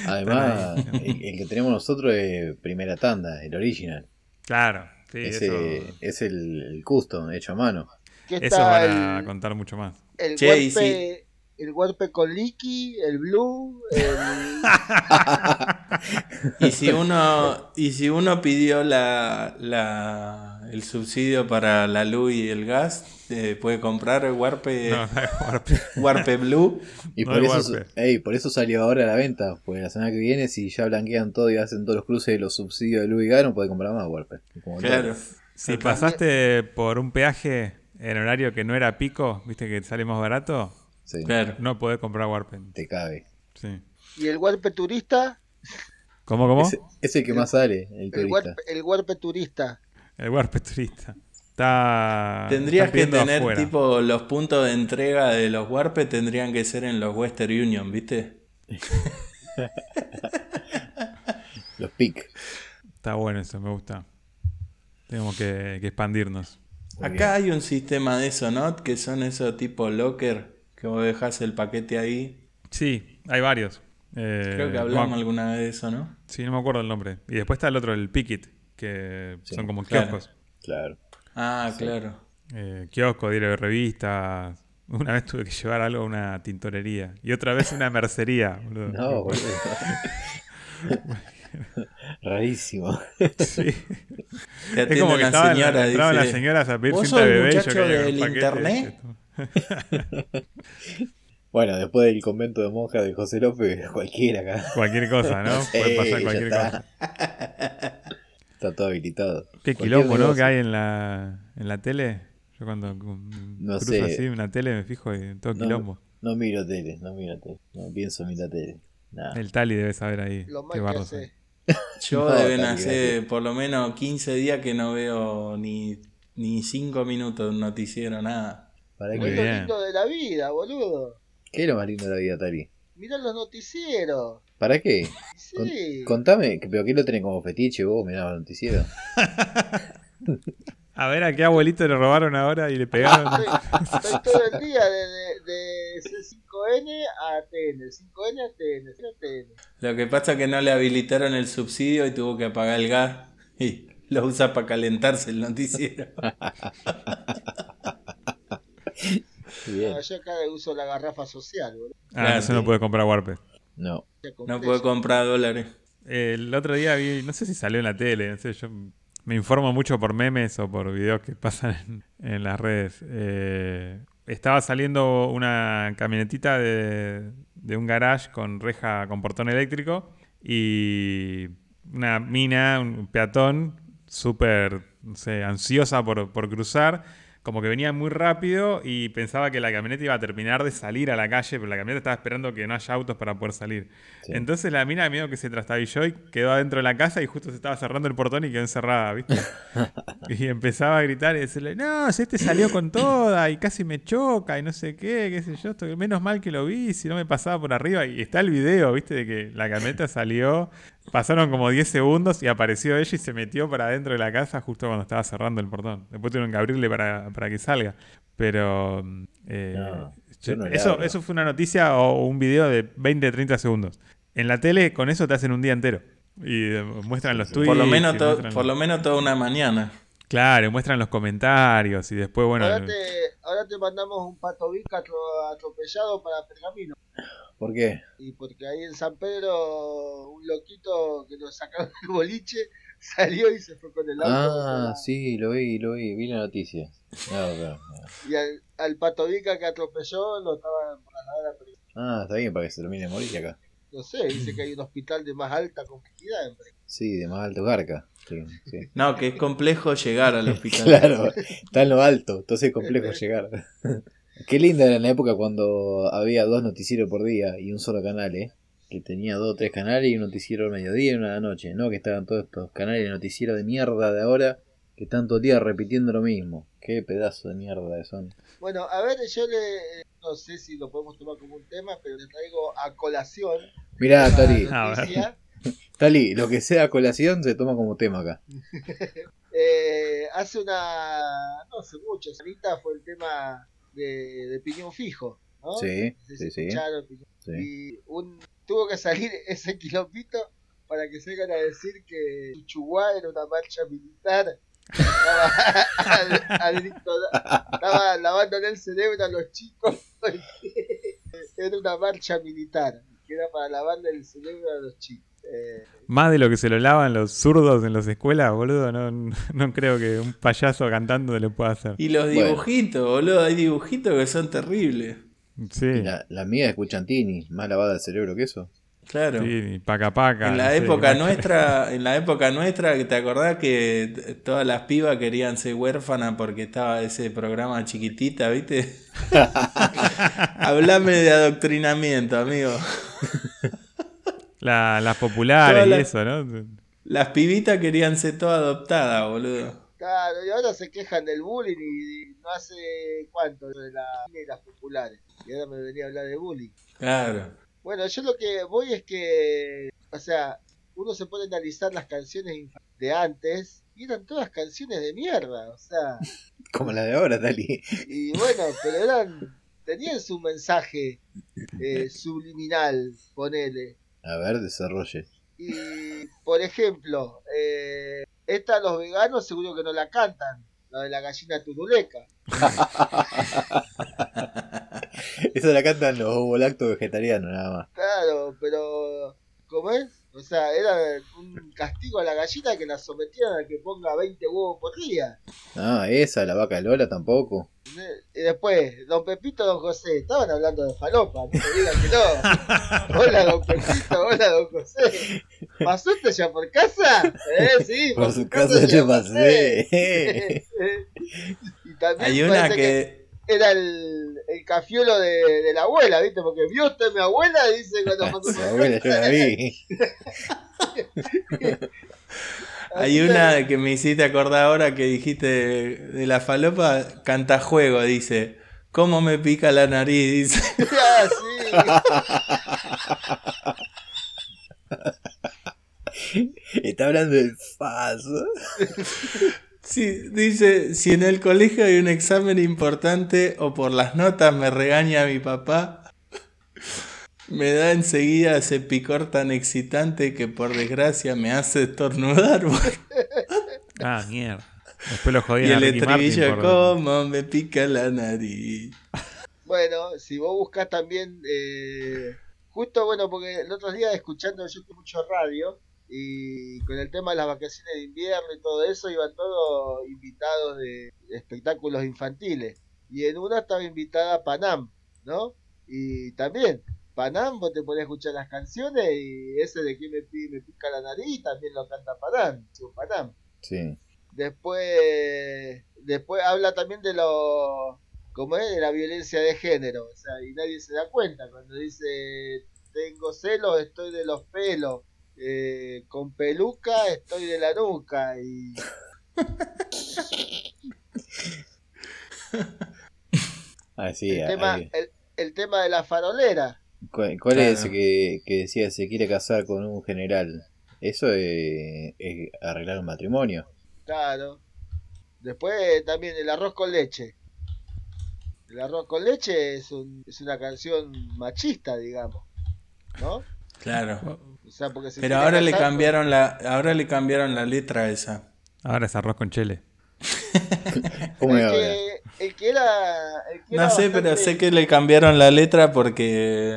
S2: Además, el, el que tenemos nosotros es primera tanda, el original.
S3: *laughs* claro, sí,
S2: Ese
S3: eso,
S2: es el, el custom, hecho a mano.
S1: Que
S3: eso
S1: está
S3: van a
S1: el,
S3: contar mucho más.
S1: el
S4: Che, y
S1: golpe. El golpe con Licky, el Blue, el.
S4: Y si uno, y si uno pidió la, la- el subsidio para la luz y el gas, eh, puede comprar el warpe,
S3: No,
S4: *laughs*
S3: no hay warpe.
S4: warpe blue.
S2: Y
S3: No
S2: por,
S3: hay
S2: eso,
S3: Warpe.
S2: ey, por eso salió ahora a la venta. Porque la semana que viene, si ya blanquean todo y hacen todos los cruces de los subsidios de Luis Garo, puede comprar más Warpe. Como todo.
S4: Claro.
S3: Si pasaste por un peaje en horario que no era pico, viste que sale más barato,
S2: Sí,
S4: Claro.
S3: no podés comprar warpe.
S2: te cabe.
S3: Sí.
S1: Y el golpe turista,
S3: ¿Cómo, cómo?
S2: Ese- Es, el que más sale, el
S1: el
S2: turista.
S1: golpe, el golpe turista.
S3: El warpe turista. Está. Ah,
S4: Tendrías
S3: están
S4: que
S3: pidiendo
S4: tener
S3: afuera.
S4: tipo los puntos de entrega de los warpe tendrían que ser en los Western Union, ¿viste?
S2: Los PIC.
S3: Está bueno eso, me gusta. Tenemos que, que expandirnos.
S2: Muy
S4: Acá hay un sistema de eso, ¿no? Que son esos tipo locker que vos dejás el paquete ahí.
S3: Sí, hay varios. Eh,
S4: Creo que
S3: no
S4: hablamos
S3: me ac-
S4: alguna vez de eso, ¿no?
S3: Sí, no me acuerdo el nombre. Y después está el otro, el Picket, que
S2: Sí,
S3: son como
S4: claro.
S3: kioscos.
S2: Claro.
S4: Ah, claro.
S3: Eh, kiosco, diario de revistas. Una vez tuve que llevar algo a una tintorería. Y otra vez a una mercería, boludo. *laughs*
S2: No, boludo. *laughs* Rarísimo. *laughs*
S3: Sí.
S4: Te
S3: Es como
S4: atiende
S3: que
S4: una
S3: estaban,
S4: señora,
S3: entraban las
S4: dice,
S3: señoras a pedir
S4: "¿Vos
S3: cinta
S4: sos
S3: de
S4: el
S3: bebé. y yo
S4: muchacho
S3: quería un
S4: del
S3: paquete,
S4: internet?"
S3: ¿viste?
S2: Bueno, después del convento de monjas de José López, cualquiera acá.
S3: Cualquier
S2: *laughs*
S3: cosa, ¿no? Puede
S2: Eh,
S3: pasar
S2: ya
S3: cualquier
S2: está.
S3: cosa.
S2: Está todo habilitado.
S3: Qué
S2: Cualquier
S3: quilombo, ¿no?
S2: negocio.
S3: Que hay en la, en la tele. Yo cuando mm,
S2: No
S3: cruzo
S2: sé.
S3: así una tele me fijo y todo quilombo.
S2: No, no miro tele, no miro tele. No pienso en mirar tele. Nah.
S3: El Tali debe saber ahí.
S1: Lo más
S3: qué
S1: que
S3: bardos hay.
S1: hace.
S4: Yo
S2: No,
S4: deben
S2: tan
S4: hacer por lo menos 15 días que no veo ni, ni 5 minutos de noticiero, nada.
S2: ¿Para
S3: Muy
S1: Es
S2: qué?
S1: lo
S3: bien.
S1: lindo de la vida, boludo.
S2: ¿Qué es lo más lindo de la vida, Tari?
S1: Mirá los noticieros.
S2: ¿Para qué? Con-
S1: Sí.
S2: contame, ¿pero qué lo tenés como fetiche vos? Mirá el noticiero.
S3: A ver a qué abuelito le robaron ahora y
S1: *laughs*
S3: le pegaron. Ah,
S1: Estoy, estoy todo el día de, de, de C5N a TN, 5N a TN, 0 a TN.
S4: Lo que pasa es que no le habilitaron el subsidio y tuvo que apagar el gas *laughs* y lo usa para calentarse
S2: *laughs*
S4: el noticiero.
S2: Bien.
S1: No, yo acá uso la garrafa social, boludo.
S3: ah, no, eso no puede comprar Warpe.
S2: No.
S1: Ya compré
S4: No puede
S1: eso.
S4: comprar dólares.
S3: El otro día vi, no sé si salió en la tele, no sé, yo me informo mucho por memes o por videos que *laughs* pasan en, en las redes. Eh, estaba saliendo una camionetita de, de un garage con reja con portón eléctrico y una mina, un peatón, súper, no sé, ansiosa por, por cruzar. Como que venía muy rápido y pensaba que la camioneta iba a terminar de salir a la calle, pero la camioneta estaba esperando que no haya autos para poder salir.
S2: Sí.
S3: Entonces la mina, miedo que se trastabilló y quedó adentro de la casa y justo se estaba cerrando el portón y quedó encerrada,
S2: *laughs*
S3: ¿viste? y empezaba a gritar y decirle, no, si este salió con toda y casi me choca y no sé qué, qué sé yo, esto- menos mal que lo vi, si no me pasaba por arriba. Y está el video, ¿viste? De que
S2: *laughs*
S3: la camioneta salió, pasaron como 10 segundos y apareció ella y se metió para adentro de la casa justo cuando estaba cerrando el portón. Después tuvieron que abrirle para, para que salga. Pero... eh,
S2: No, yo no le
S3: eso,
S2: abro.
S3: eso fue una noticia o un video de 20, 30 segundos. En la tele con eso te hacen un día entero. Y eh, muestran los tweets.
S4: por, lo
S3: y
S4: menos to-
S3: muestran-
S4: por lo menos toda una mañana.
S3: Claro, muestran los comentarios y después, bueno...
S1: ahora, te, ahora te mandamos un pato bica atro- atropellado para Pergamino.
S2: ¿Por qué?
S1: Y porque ahí en San Pedro, un loquito que lo sacaron del boliche *laughs* salió y se fue con el auto.
S2: Ah, sí, lo vi, lo vi, vi la noticia. No, pero-
S1: Y al, al pato Vica que atropelló lo estaban por la hora. pero
S2: Ah, está bien para que se termine de morir acá.
S1: No sé, dice que hay un hospital de más alta complejidad. en Pergamino.
S2: Sí, de más alto garca. Sí, sí.
S4: No, que es complejo llegar al
S2: *laughs*
S4: hospital.
S2: Claro, está en lo alto, entonces es complejo llegar. *laughs* Qué linda era la época cuando había dos noticieros por día y un solo canal, ¿eh? Que tenía dos o tres canales y un noticiero al mediodía y uno a la noche, ¿no? Que estaban todos estos canales de noticieros de mierda de ahora que están todo el día repitiendo lo mismo. Qué pedazo de mierda que son.
S1: Bueno, a ver, yo le. No sé si lo podemos tomar como un tema, pero le traigo a colación.
S2: Mirá,
S1: esta
S2: Tali,
S3: Ah, a ver.
S1: noticia.
S2: Tali, lo que sea colación se toma como tema acá.
S1: Eh, hace una. No hace mucho, ahorita fue el tema de, de piñón fijo. ¿no?
S2: Sí,
S1: No sé si
S2: sí, sí.
S1: escucharon, Piñón
S2: sí.
S1: Y un, tuvo que salir *laughs* ese quilombito para que salgan a decir que Chuchuá era una marcha militar. Estaba, *laughs* al- adicto- estaba lavándole el cerebro a los chicos porque era una marcha militar, que era para lavarle el cerebro a los chicos. Eh,
S3: Más de lo que se lo lavan los zurdos en las escuelas, boludo, no, *laughs* no creo que un payaso cantando lo pueda hacer.
S4: Y los
S2: Bueno.
S4: dibujitos, boludo, hay dibujitos que son terribles.
S3: Sí,
S2: La, la mía es Cuchantini, más lavada del cerebro que eso. *laughs*
S4: Claro.
S3: sí, y paca paca.
S4: En la
S3: no sé,
S4: época
S3: macho.
S4: nuestra, en la época nuestra, que ¿te acordás que t- todas las pibas querían ser huérfanas porque estaba ese programa
S2: *laughs*
S4: chiquitita, viste? *laughs* Hablame de adoctrinamiento, amigo.
S3: La- las populares
S4: Todas
S3: y
S4: las-
S3: eso, ¿no?
S4: Las pibitas querían ser todas adoptadas, boludo.
S1: Claro, y ahora se quejan del bullying y, y no hace cuánto de, la- de las populares. Y ahora me venía a hablar de bullying.
S4: Claro.
S1: Bueno, yo lo que voy es que, o sea, uno se pone a analizar las canciones infa- de antes y eran todas canciones de mierda, o sea,
S2: Como la de ahora, Tali.
S1: y bueno, pero eran, tenían su mensaje eh, subliminal, ponele.
S2: A ver, desarrolle.
S1: Y, por ejemplo, eh, esta los veganos seguro que no la cantan, la de la gallina turuleca.
S2: Esa la cantan los ovolactos vegetarianos, nada más.
S1: Claro, pero ¿cómo es? O sea, era un castigo a la gallina que la sometieran a que ponga 20 huevos por día.
S2: Ah, esa, la vaca Lola tampoco.
S1: ¿entendés? Y después, don Pepito, don José, estaban hablando de falopa, no me digan que
S2: *laughs*
S1: no. Hola, don Pepito, hola, don José. ¿Pasaste ya por casa? Eh, sí,
S2: Por su casa yo *laughs* pasé.
S1: *laughs* y también
S4: Hay una
S1: parece
S4: que.
S1: era el, el cafiolo de, de la abuela, ¿viste? Porque vio usted mi abuela, dice cuando
S4: *laughs*
S1: pasó
S2: Su
S1: por
S2: abuela yo la vi.
S1: casa.
S4: Hay
S1: Así que,
S4: una que me hiciste acordar ahora que dijiste de, de la falopa, cantajuego, dice. ¿Cómo me pica la nariz? *laughs* Dice.
S1: *laughs* ah, sí.
S2: Está hablando del faso.
S4: Sí, dice, si en el colegio hay un examen importante o por las notas me regaña mi papá, *laughs* me da enseguida ese picor tan excitante que por desgracia me hace estornudar. *laughs*
S3: Ah, mierda. Después lo
S4: Y
S3: jodían a
S4: el
S3: Ricky
S4: estribillo,
S3: Martin por-
S4: cómo me pica la nariz.
S1: Bueno, si vos buscas también, eh, justo bueno, porque el otro día escuchando yo escucho mucho radio y con el tema de las vacaciones de invierno y todo eso, iban todos invitados de espectáculos infantiles. Y en una estaba invitada Panam, ¿no? Y también Panam, vos te podés escuchar las canciones y ese de quien me, pi- me pica la nariz también lo canta Panam, su Panam.
S2: Sí.
S1: Después, después habla también de lo, como es, de la violencia de género, o sea, y nadie se da cuenta cuando dice tengo celos, estoy de los pelos, eh, con peluca estoy de la nuca y
S2: Ah, sí.
S1: el,
S2: ahí.
S1: tema, el, el tema de la farolera.
S2: ¿Cuál, cuál es
S4: Claro.
S2: ese que, que decía se quiere casar con un general? Eso es, es arreglar un matrimonio.
S1: Claro. Después también el arroz con leche. El arroz con leche es, un- es una canción machista, digamos. ¿No?
S4: Claro.
S1: O sea, porque se
S4: Pero
S1: quiere
S4: ahora le
S1: casar con-
S4: cambiaron la, ahora le cambiaron la letra esa.
S3: Ahora es arroz con chele.
S2: ¿Cómo
S1: el
S2: es ahora?
S1: que, el que era. el que
S4: No
S1: era
S4: sé, pero
S1: bastante-
S4: sé que le cambiaron la letra porque,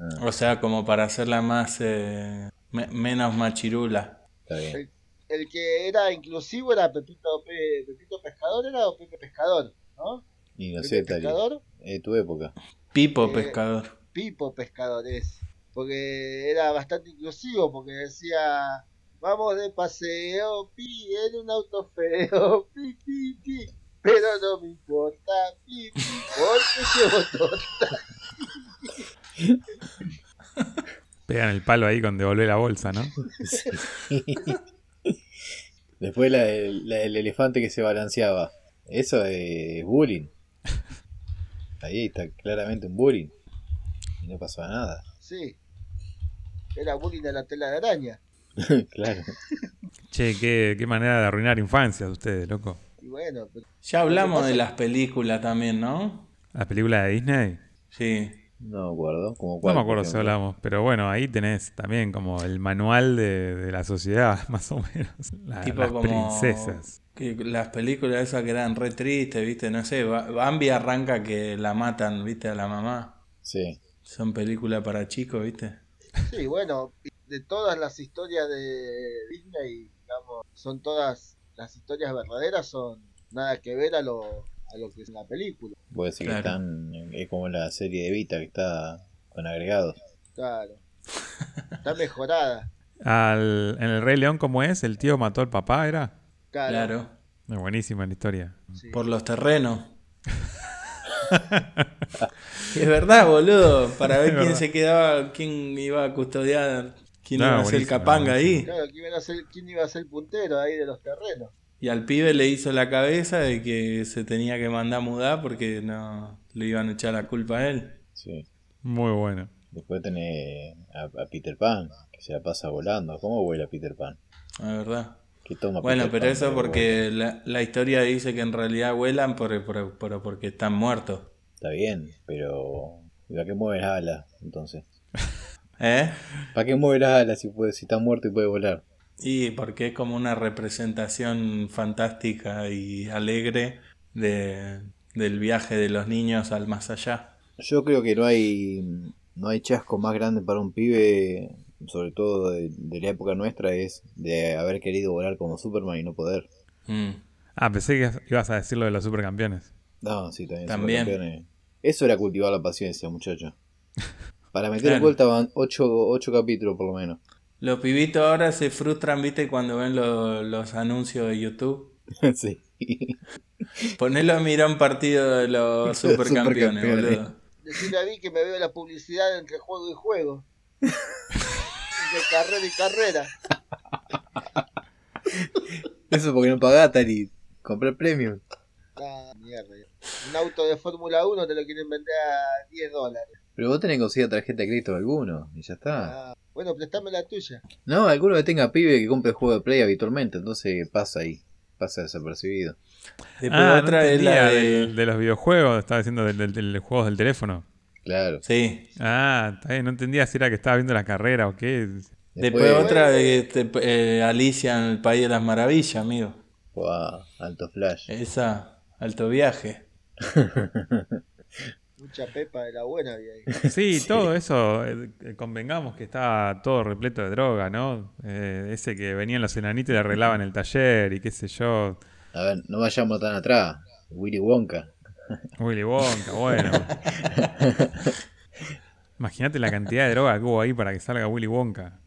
S2: Ah,
S4: o sea, como para hacerla más eh, me- menos machirula.
S2: está bien.
S1: El que era inclusivo era Pepito, Pe- Pepito Pescador, era o Pepe Pescador, ¿no?
S2: Y no
S1: Pepe
S2: sé, tal
S1: Pescador,
S2: es Eh, tu época.
S4: Pipo
S1: Eh,
S4: pescador.
S1: Pipo Pescador es. Porque era bastante inclusivo, porque decía, vamos de paseo, pi, en un auto feo, *laughs* pi, pi, pi, pero no me importa, pi, pi, porque llevo todo. *laughs*
S3: Pegan el palo ahí con devolver la bolsa,
S4: *laughs*
S3: ¿no?
S2: Después la, del- la del elefante que se balanceaba. Eso es bullying. Ahí está claramente un bullying. Y no pasó nada.
S1: Sí, era bullying a la tela de araña.
S2: claro.
S3: Che, qué, qué manera de arruinar infancias ustedes, loco.
S1: Y bueno, pero-
S4: Ya hablamos
S1: pasa-
S4: de las películas también, ¿no?
S3: La película de Disney.
S4: Sí.
S2: No me acuerdo. Como
S3: No
S2: cuál,
S3: me
S2: por
S3: acuerdo si
S2: ejemplo.
S3: hablamos, pero bueno, ahí tenés también como el manual de, de la sociedad, *laughs* más o menos. La-
S4: Tipo
S3: las
S4: como
S3: princesas.
S4: que las películas esas que eran re tristes, viste, no sé, Ba- Bambi arranca que la matan, viste, a la mamá.
S2: Sí.
S4: Son películas para chicos, viste.
S1: sí, bueno, de todas las historias de Disney, digamos, son todas, las historias verdaderas son nada que ver a lo, a lo que es la película.
S2: Voy a decir que
S4: Claro.
S2: están. Es como la serie de Vita que está con agregados.
S1: Claro, está mejorada.
S3: Al- en el Rey León, ¿cómo es? El tío mató al papá, ¿era?
S1: Claro.
S4: Claro.
S3: Es buenísima la historia.
S1: sí.
S4: Por los terrenos. es verdad, boludo. Para ver
S3: Es
S4: quién
S3: verdad.
S4: se quedaba, quién iba a custodiar, quién
S3: No,
S4: iba a ser el
S3: buenísimo,
S4: capanga ahí.
S1: Claro, ¿quién iba, a ser, quién iba a ser puntero ahí de los terrenos?
S4: Y al pibe le hizo la cabeza de que se tenía que mandar a mudar porque no le iban a echar la culpa a él.
S2: Sí.
S3: Muy bueno.
S2: Después tenés a, a Peter Pan, que se la pasa volando. ¿Cómo vuela Peter Pan?
S4: La verdad.
S2: ¿Qué toma
S4: Bueno,
S2: Peter
S4: pero
S2: Pan
S4: eso
S2: para
S4: porque la, la historia dice que en realidad vuelan por, por- por- porque están muertos.
S2: volar? Está bien, pero. ¿Para qué mueve las alas entonces?
S4: ¿Eh?
S2: ¿Para qué mueve las alas si, puede, si está muerto y puede volar?
S4: Y porque es como una representación fantástica y alegre de, del viaje de los niños al más allá.
S2: Yo creo que no hay. No hay chasco más grande para un pibe, sobre todo de, de la época nuestra, es de haber querido volar como Superman y no poder.
S4: Mm.
S3: Ah, pensé que ibas a decir lo de los supercampeones.
S2: No, sí, también.
S4: También.
S2: supercampeones. Eso era cultivar la paciencia, *laughs* muchacho. Para meter
S4: Claro.
S2: en vuelta van 8 capítulos por lo menos. *laughs*
S4: Los pibitos ahora se frustran, viste, cuando ven lo- los anuncios de YouTube.
S2: sí.
S4: Ponelo a mirar un partido de *laughs* los
S2: Los
S4: supercampeones,
S2: supercampeones.
S4: boludo.
S1: Decirle a mí que me veo la publicidad entre juego y juego. De carrera y carrera.
S2: *laughs* Eso porque no pagás, Tari. Comprar premium.
S1: Ah, mierda. Un auto de Fórmula 1 te lo quieren vender a 10 dólares.
S2: Pero vos tenés que conseguir tarjeta de crédito de alguno, y ya está.
S1: Ah, bueno, préstame la tuya.
S2: No, alguno que tenga pibe que compre juego de play habitualmente, entonces pasa ahí. Pasa desapercibido.
S4: Después
S3: ah, no
S4: otra es
S3: entendía
S4: la de...
S3: del- de los videojuegos. Estaba diciendo del, del, del- juegos del teléfono.
S2: Claro.
S4: Sí.
S3: Ah, está bien, no entendía si era que estaba viendo la carrera o qué.
S4: Después,
S2: Después-
S4: otra de este, eh, Alicia en el País de las Maravillas, amigo.
S2: Guau, alto flash.
S4: Eh. Esa, alto viaje.
S1: Mucha pepa de la buena había ahí.
S3: Sí, todo eso, eh, eh, convengamos que estaba todo repleto de droga, ¿no? Eh, ese que venían los enanitos y le arreglaban el taller y qué sé yo.
S2: A ver, no vayamos tan atrás. Willy Wonka.
S3: Willy Wonka, bueno. Imagínate la cantidad de droga que hubo ahí para que salga Willy Wonka.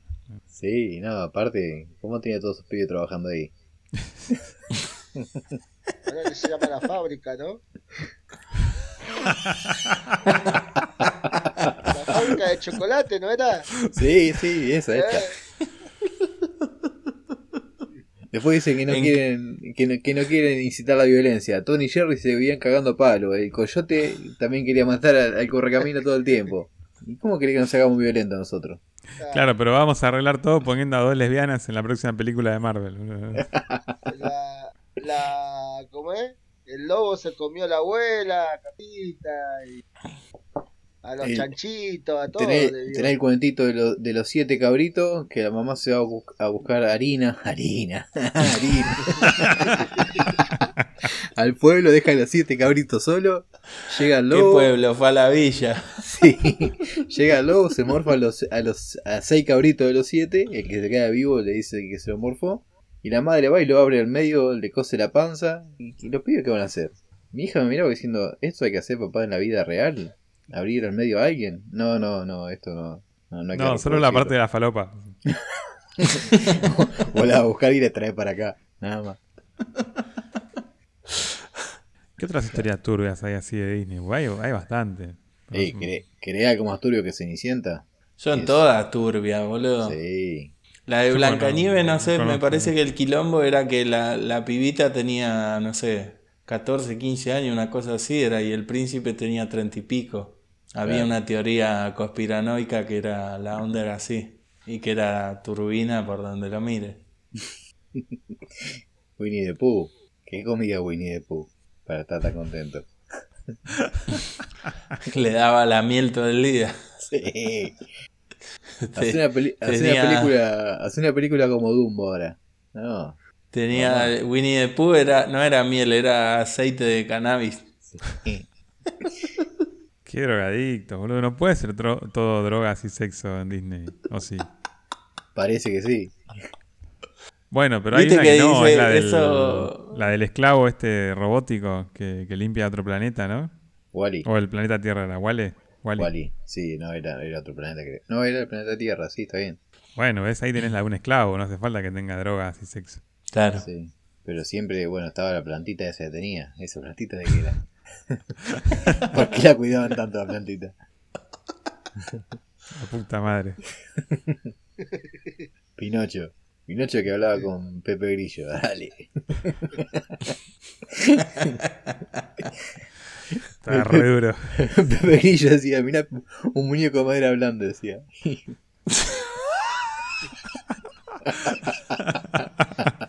S2: Sí, y no, aparte, ¿cómo tenía todos esos pibes trabajando ahí?
S1: Ahora que se llama la fábrica, ¿no? La fábrica de chocolate, ¿no era?
S2: Sí, sí, esa, esta.
S1: Eh,
S2: Después dicen que no
S4: En-
S2: quieren que no, que no quieren incitar la violencia. Tony y Jerry se vivían cagando a palo. El coyote también quería matar al, al correcamino todo el tiempo. ¿Y cómo querés que nos hagamos violentos nosotros?
S3: Claro, pero vamos a arreglar todo poniendo a dos lesbianas en la próxima película de Marvel. boludo.
S1: La, la, ¿cómo es? El lobo se comió a la abuela, a Capita, y a los
S2: El-
S1: chanchitos, a todos.
S2: Eh, Tenés,
S1: le dio.
S2: tenés el cuentito de, lo- de los siete cabritos que la mamá se va a, bu- a buscar harina. *laughs* Harina.
S4: *laughs*
S2: harina. al pueblo deja a los siete cabritos solo. Llega el
S4: ¿Qué
S2: lobo.
S4: pueblo? Fue a la villa.
S2: Sí. Llega el lobo, se morfa a los, a los a seis cabritos de los siete. El que se queda vivo le dice que se lo morfó. Y la madre va y lo abre al medio, le cose la panza. ¿Y y los pibes qué van a hacer? Mi hija me miraba diciendo: ¿Esto hay que hacer, papá, en la vida real? ¿Abrir al medio a alguien? No, no, no, esto no. No, no, hay que
S3: No, solo la parte de la falopa.
S2: reproducirlo". O la va a buscar y la trae para acá. Nada más.
S3: ¿Qué otras historias turbias hay así de Disney? Porque Hay, hay bastante.
S2: Ey, ¿querés, querés algo más turbio que Cenicienta?
S4: Son
S2: Sí.
S4: todas turbias, boludo.
S2: Sí.
S4: La de
S3: Yo
S4: Blancanieves,
S3: conozco-
S4: no sé, me
S3: conozco.
S4: parece que el quilombo era que la, la pibita tenía, no sé, 14, 15 años, una cosa así era, y el príncipe tenía 30 y pico. Había
S2: Claro.
S4: una teoría conspiranoica que era la onda era así, y que era turbina por donde
S3: *laughs*
S4: lo mire.
S2: Winnie the Pooh. ¿Qué comía Winnie the Pooh? Para estar tan contento.
S4: Le daba la miel todo el día.
S2: Sí.
S4: Te-
S2: Hace una, peli- hace una
S4: tenía-
S2: película, hace una película como Dumbo ahora. No.
S4: Tenía Winnie the Pooh, era, no era miel, era aceite de cannabis.
S3: Qué drogadicto, boludo. No puede ser tro- todo drogas y sexo en Disney. O sí.
S2: Parece que sí.
S3: Bueno, pero hay
S4: Viste
S3: una que,
S4: que
S3: no,
S4: dice
S3: es la del,
S4: eso-
S3: la del esclavo este robótico que, que limpia otro planeta, ¿no?
S2: Wally.
S3: O el planeta Tierra, ¿la Wale? Wall-E.
S2: Wally. Sí, no era, era otro planeta que. No, era el planeta Tierra, sí, está bien.
S3: Bueno, ves, ahí tenés la de un esclavo, no hace falta que tenga drogas y sexo.
S4: Claro.
S2: Sí. Pero siempre, bueno, estaba la plantita esa que tenía. Esa plantita de que era. *laughs* ¿Por qué la cuidaban tanto la plantita?
S3: La puta madre.
S2: Pinocho. Pinocho que hablaba con Pepe Grillo, *laughs* dale.
S3: Está re duro.
S4: *laughs*
S2: Pepe Grillo decía, mirá, un muñeco de madera hablando, decía.
S1: *laughs*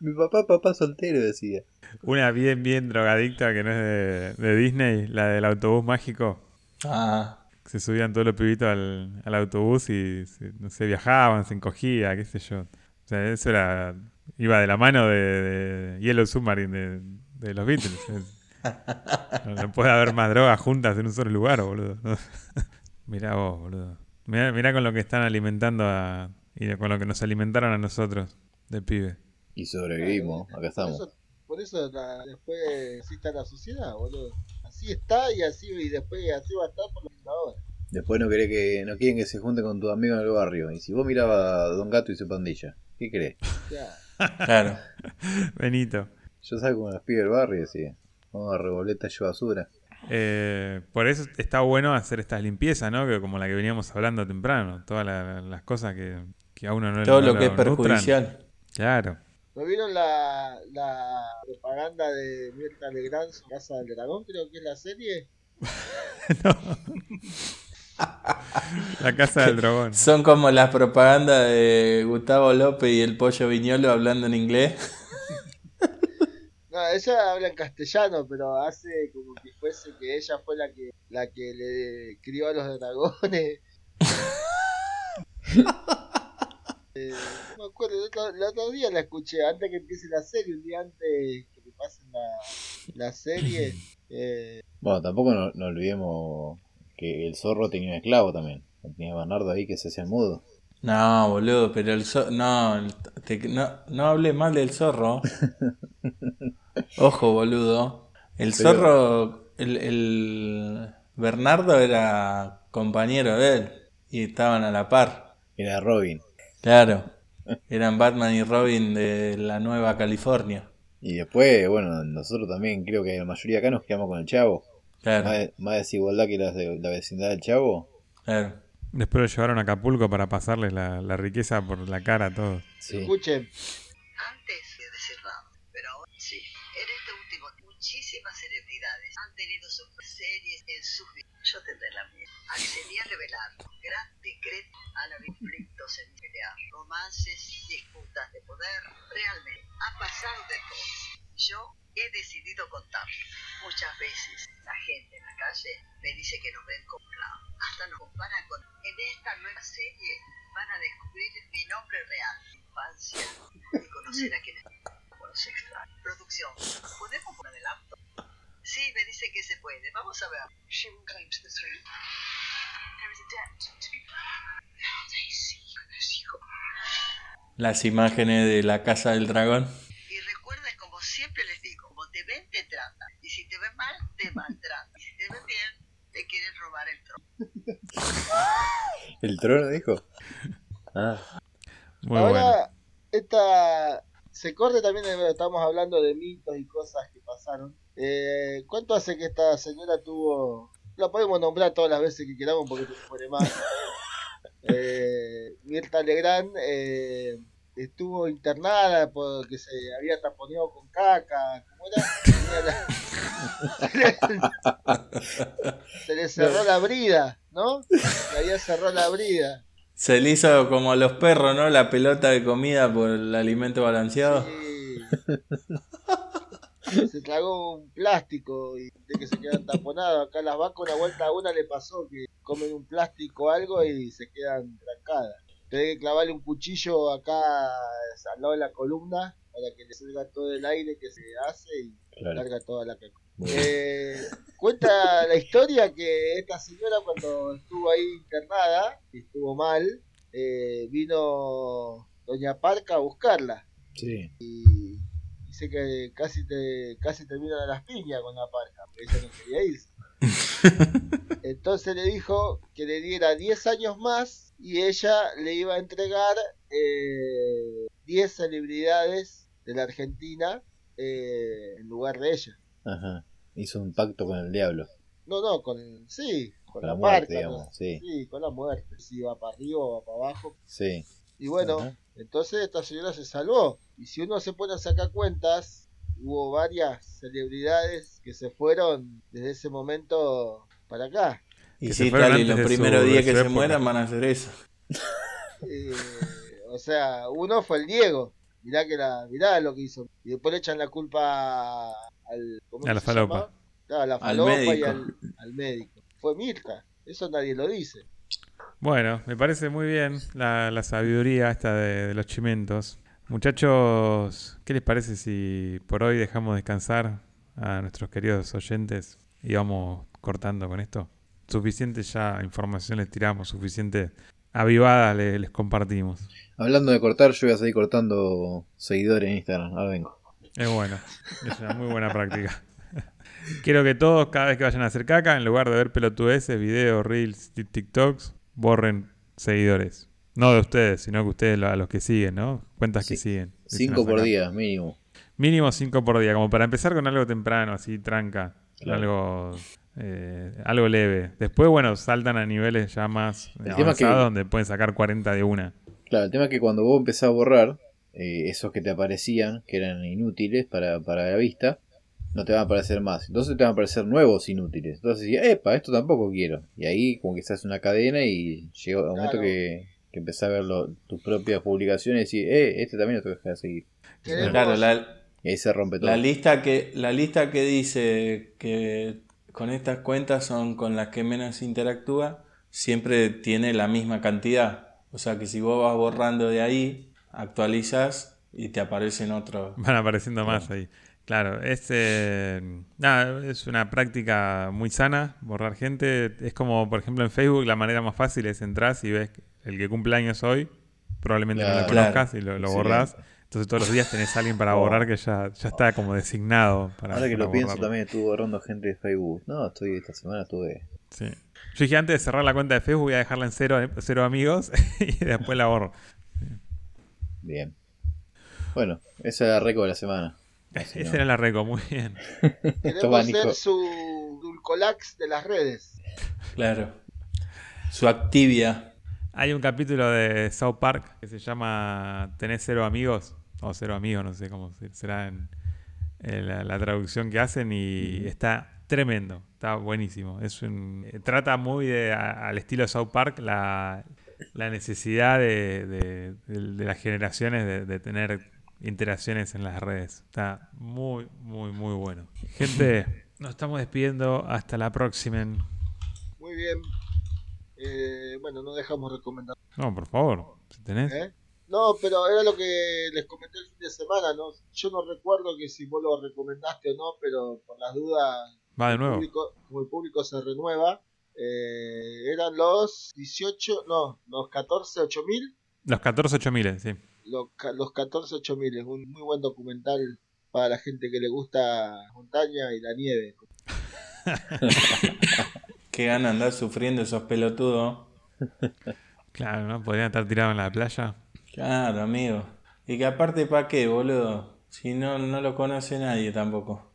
S2: Mi papá, papá soltero, decía.
S3: Una bien, bien drogadicta que no es de, de Disney, la del autobús mágico.
S4: Ah.
S3: Se subían todos los pibitos al, al autobús y se, no sé, viajaban, se encogía, qué sé yo. O sea, eso era. Iba de la mano de, de Yellow Submarine de, de los Beatles. Es- No, no puede haber más drogas juntas en un solo lugar, boludo. ¿no? *laughs* mirá vos, boludo. Mirá, mirá con lo que están alimentando a. y con lo que nos alimentaron a nosotros, de pibe.
S2: Y sobrevivimos, acá
S1: Por
S2: estamos.
S1: eso, por eso la- después así está la sociedad, boludo. Así está y así y después así va a estar por la misma hora.
S2: Después no querés que, no quieren que se junte con tu amigo en el barrio. Y si vos mirabas a Don Gato y su pandilla, ¿qué crees?
S1: O sea,
S3: *laughs*
S4: Claro.
S3: Benito.
S2: Yo salgo con los pibes del barrio, decía. Vamos a reboleta yo basura.
S3: Eh, por eso está bueno hacer estas limpiezas, ¿no? Que como la que veníamos hablando temprano, todas la- las cosas que, que a uno no
S4: Todo
S3: no
S4: lo que es
S3: nutran.
S4: perjudicial.
S3: Claro.
S1: ¿No vieron la, la propaganda de Mirta Legrand, su Casa del Dragón? Creo que es la serie.
S3: La casa del dragón.
S4: Son como las propagandas de Gustavo López y el pollo viñolo hablando en inglés.
S1: No, ella habla en castellano, pero hace como que fuese que ella fue la que la que le crió a los dragones. Eh, no me acuerdo, el otro, el otro día la escuché, antes que empiece la serie, un día antes que me pasen la, la serie. Eh,
S2: Bueno, tampoco no, no olvidemos que el zorro tenía un esclavo también. Tenía Bernardo ahí que se hacía mudo.
S4: No, boludo, pero el zorro. No, el- te- no, no hablé mal del zorro. Ojo, boludo. El
S2: Pero-
S4: zorro. El, el- Bernardo era compañero de él y estaban a la par.
S2: Era Robin.
S4: Claro. Eran Batman y Robin de la Nueva California.
S2: Y después, bueno, nosotros también creo que la mayoría acá nos quedamos con el Chavo.
S4: Claro,
S2: Más, más desigualdad que las de la vecindad del Chavo.
S4: claro.
S3: Después lo llevaron a Acapulco para pasarles la, la riqueza por la cara a todos.
S2: Sí.
S1: Escuchen,
S5: Antes de cerrado, pero ahora sí. En este último, muchísimas celebridades han tenido sus series en sus vidas. Yo tendré la mía. Accedí a revelar gran decreto a los conflictos en pelear, romances, disputas de poder. Realmente, ha pasado de todo. Yo he decidido contar. Muchas veces la gente en la calle me dice que nos ven con clavo. Hasta nos comparan con... En esta nueva serie van a descubrir mi nombre real, mi infancia, y conocer a quienes como los extraños. Producción, ¿podemos poner el auto? Sí, me dice que se puede. Vamos a ver. She will climb to the throne. There is a debt to be paid. They see goodness, you
S4: Las imágenes de la casa del dragón.
S5: Y recuerden, como siempre les digo, como te ven, te tratan. Y si te ven mal, te maltratan. Y si te ven bien, te quieren robar el trono.
S2: ¿El trono dijo? Ah,
S3: Muy
S1: ahora
S3: bueno.
S1: esta se corte también, eh, estamos hablando de mitos y cosas que pasaron. Eh, ¿Cuánto hace que esta señora tuvo... La podemos nombrar todas las veces que queramos porque se pone
S3: *laughs*
S1: más. Eh, Mirta Legrand eh, estuvo internada porque se había taponeado con caca. ¿Cómo era? Tenía la- se, le...
S3: *laughs*
S1: se le cerró la brida, ¿no? Se había cerrado la brida.
S4: Se le hizo como a los perros, ¿no? La pelota de comida por el alimento balanceado.
S1: Sí. se tragó un plástico y de que se quedan taponados. Acá las vacas una vuelta a una le pasó que comen un plástico o algo y se quedan trancadas. Tenés que clavarle un cuchillo acá al lado de la columna para que le salga todo el aire que se hace y
S2: claro.
S1: larga toda la caca.
S2: Muy bien.
S1: Eh, cuenta la historia que esta señora cuando estuvo ahí internada, que estuvo mal, eh, vino Doña Parca a buscarla.
S2: Sí.
S1: Dice que casi te casi terminan las piñas con la parca, porque ella no quería irse. Entonces le dijo que le diera 10 años más y ella le iba a entregar eh, 10 celebridades de la Argentina eh, en lugar de ella.
S2: Ajá. Hizo un pacto con el diablo.
S1: No, no, con sí, con
S2: Con
S1: la,
S2: la muerte,
S1: parca, ¿no?
S2: digamos. Sí.
S1: Sí, con la muerte. Si va para arriba o va para abajo.
S2: Sí.
S1: Y bueno,
S2: Ajá.
S1: Entonces esta señora se salvó. Y si uno se pone a sacar cuentas, hubo varias celebridades que se fueron desde ese momento para acá.
S4: Y
S3: Que se
S4: si
S3: fueron
S4: tal, y
S3: antes
S4: los
S3: de su-
S4: primeros
S3: de
S4: días que
S3: su
S4: se
S3: época.
S4: mueran van a hacer eso.
S1: Eh, o sea, uno fue el Diego. Mirá, que la, mirá lo que hizo. Y después le echan la culpa al... ¿cómo
S3: A la
S1: se
S3: falopa.
S1: llama? Claro, a la falopa y al, al médico. Fue Mirta. Eso nadie lo dice.
S3: Bueno, me parece muy bien la, la sabiduría esta de, de los chimentos. Muchachos, ¿qué les parece si por hoy dejamos descansar a nuestros queridos oyentes y vamos cortando con esto? Suficiente ya información les tiramos, suficiente avivada le- les compartimos.
S2: Hablando de cortar, yo voy a seguir cortando seguidores en Instagram. Ahora vengo.
S3: Es bueno, es una muy buena práctica. *laughs* Quiero que todos, cada vez que vayan a hacer caca, en lugar de ver pelotudeces, videos, reels, tic- TikToks, borren seguidores. No de ustedes, sino que ustedes lo- a los que siguen, ¿no? Cuentas que
S2: Sí.
S3: siguen. dicen
S2: Cinco por
S3: acá.
S2: día, mínimo.
S3: Mínimo cinco por día, como para empezar con algo temprano, así tranca,
S2: Claro.
S3: algo eh, algo leve. Después, bueno, saltan a niveles ya más
S2: tema es
S3: avanzados
S2: que-
S3: donde pueden sacar 40 de una.
S2: Claro, el tema es que cuando vos empezás a borrar, eh, esos que te aparecían, que eran inútiles para, para la vista, no te van a aparecer más. Entonces te van a aparecer nuevos inútiles. Entonces decís, epa, esto tampoco quiero. Y ahí como que se hace una cadena y llega un momento
S1: Claro.
S2: que, que empezás a ver lo- tus propias publicaciones y decís, eh, este también lo tengo que dejar de seguir.
S1: Queremos-
S4: Claro, la,
S2: Y ahí se rompe todo.
S4: La lista que, la lista que dice que con estas cuentas son con las que menos interactúa, siempre tiene la misma cantidad. O sea que si vos vas borrando de ahí, actualizas y te aparecen otros.
S3: Van apareciendo más ahí. Claro, es, eh, nada, es una práctica muy sana, borrar gente. Es como, por ejemplo, en Facebook la manera más fácil es entrar y ves que el que cumple años hoy, probablemente no lo
S2: Claro.
S3: conozcas y lo, lo
S2: Excelente.
S3: borrás. Entonces todos los días tenés a alguien para
S2: Oh.
S3: borrar que ya, ya está como designado para
S4: Ah,
S2: Ahora que
S3: para
S2: lo pienso
S3: borrarlo.
S2: también estuve borrando gente de Facebook. No, estoy esta semana estuve
S3: Sí. Yo dije antes de cerrar la cuenta de Facebook voy a dejarla en cero, eh, cero amigos *laughs* y después la borro.
S2: Bien. Bueno, esa era la reco de la
S4: *laughs*
S2: semana.
S3: *laughs*
S2: Así
S3: Esa
S2: no.
S3: era la reco, muy bien.
S2: Toma,
S1: Queremos
S2: Nico.
S1: ser su Dulcolax de las redes.
S4: Claro. Su actividad.
S3: Hay un capítulo de South Park que se llama Tenés cero amigos, o cero amigos, no sé cómo se- será en, en la, la traducción que hacen y está tremendo, está buenísimo. Es un, eh, trata muy de, a- al estilo South Park la, la necesidad de, de- de- de las generaciones de, de tener interacciones en las redes. Está muy, muy, muy bueno. Gente, *laughs* nos estamos despidiendo. Hasta la próxima.
S1: Muy bien. Eh, bueno, no dejamos recomendar.
S3: No, por favor, si tenés.
S1: ¿eh? No, pero era lo que les comenté el fin de semana, ¿no? Yo no recuerdo que si vos lo recomendaste o no, pero por las dudas,
S3: Va Ah, de nuevo.
S1: público- como el público se renueva, eh, eran los 18, no, los 14, 8000
S3: Los 14 8000, sí.
S1: Los, ca- los 14 8000 es un muy buen documental para la gente que le gusta la montaña y la nieve.
S4: Qué gana andar sufriendo esos pelotudos.
S3: Claro, ¿no? Podrían estar tirados en la playa.
S4: Claro, amigo. Y que aparte, ¿para qué, boludo? Si no, no lo conoce nadie tampoco.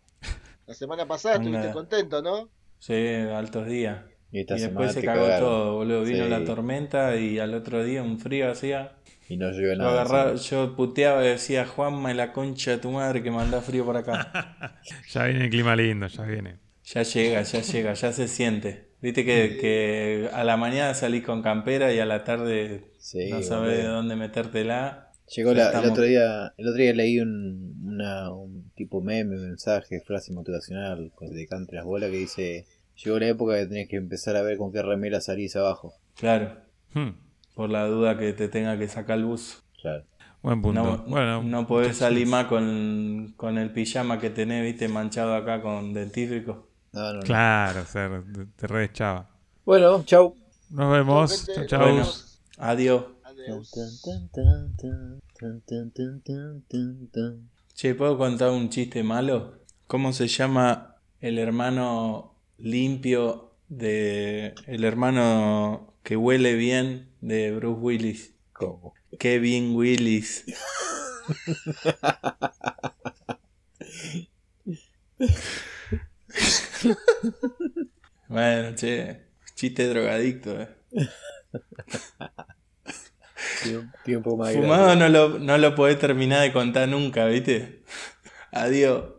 S1: La semana pasada
S4: Anda.
S1: estuviste contento, ¿no?
S4: Se altos días.
S2: Y
S4: Y,
S2: esta semana
S4: después se
S2: te
S4: cagó
S2: cagaron.
S4: todo, boludo. Vino
S2: Sí.
S4: la tormenta y al otro día un frío hacía.
S2: Y no llueve
S4: Yo,
S2: nada.
S4: agarraba-
S2: encima.
S4: yo puteaba y decía, Juanma, la concha de tu madre que mandá frío para
S2: *laughs*
S4: acá.
S3: Ya viene el clima lindo, ya viene.
S4: ya llega, ya llega, ya se siente. Viste que, que a la mañana salís con campera y a la tarde
S2: Sí,
S4: no sabés de
S2: boludo.
S4: dónde metértela.
S2: Llegó la- el
S4: Estamos-
S2: otro día, el otro día leí un, una- un tipo meme, un mensaje, frase motivacional con de cante las bolas que dice llegó la época que tenés que empezar a ver con qué remera salís abajo.
S4: Claro,
S3: Hmm,
S4: por la duda que te tenga que sacar el buzo.
S2: Claro.
S3: Buen punto.
S4: No,
S3: bueno,
S4: no podés salir más con, con el pijama que tenés, viste, manchado acá con dentífrico.
S2: No, no, no.
S3: Claro, o sea, te, te rechaba.
S2: Bueno, chau.
S3: Nos vemos.
S1: Gente,
S3: Chau,
S1: nos
S3: chau.
S4: Bueno,
S1: vemos.
S4: adiós.
S1: Adiós.
S4: Che, ¿puedo contar un chiste malo? ¿Cómo se llama el hermano limpio de... el hermano que huele bien de Bruce Willis?
S2: ¿Cómo?
S4: Kevin Willis. bueno, che, chiste drogadicto, eh.
S2: Tiempo, tiempo más grande.
S4: Fumado no lo, no lo podés terminar de contar nunca, ¿viste? *laughs* Adiós.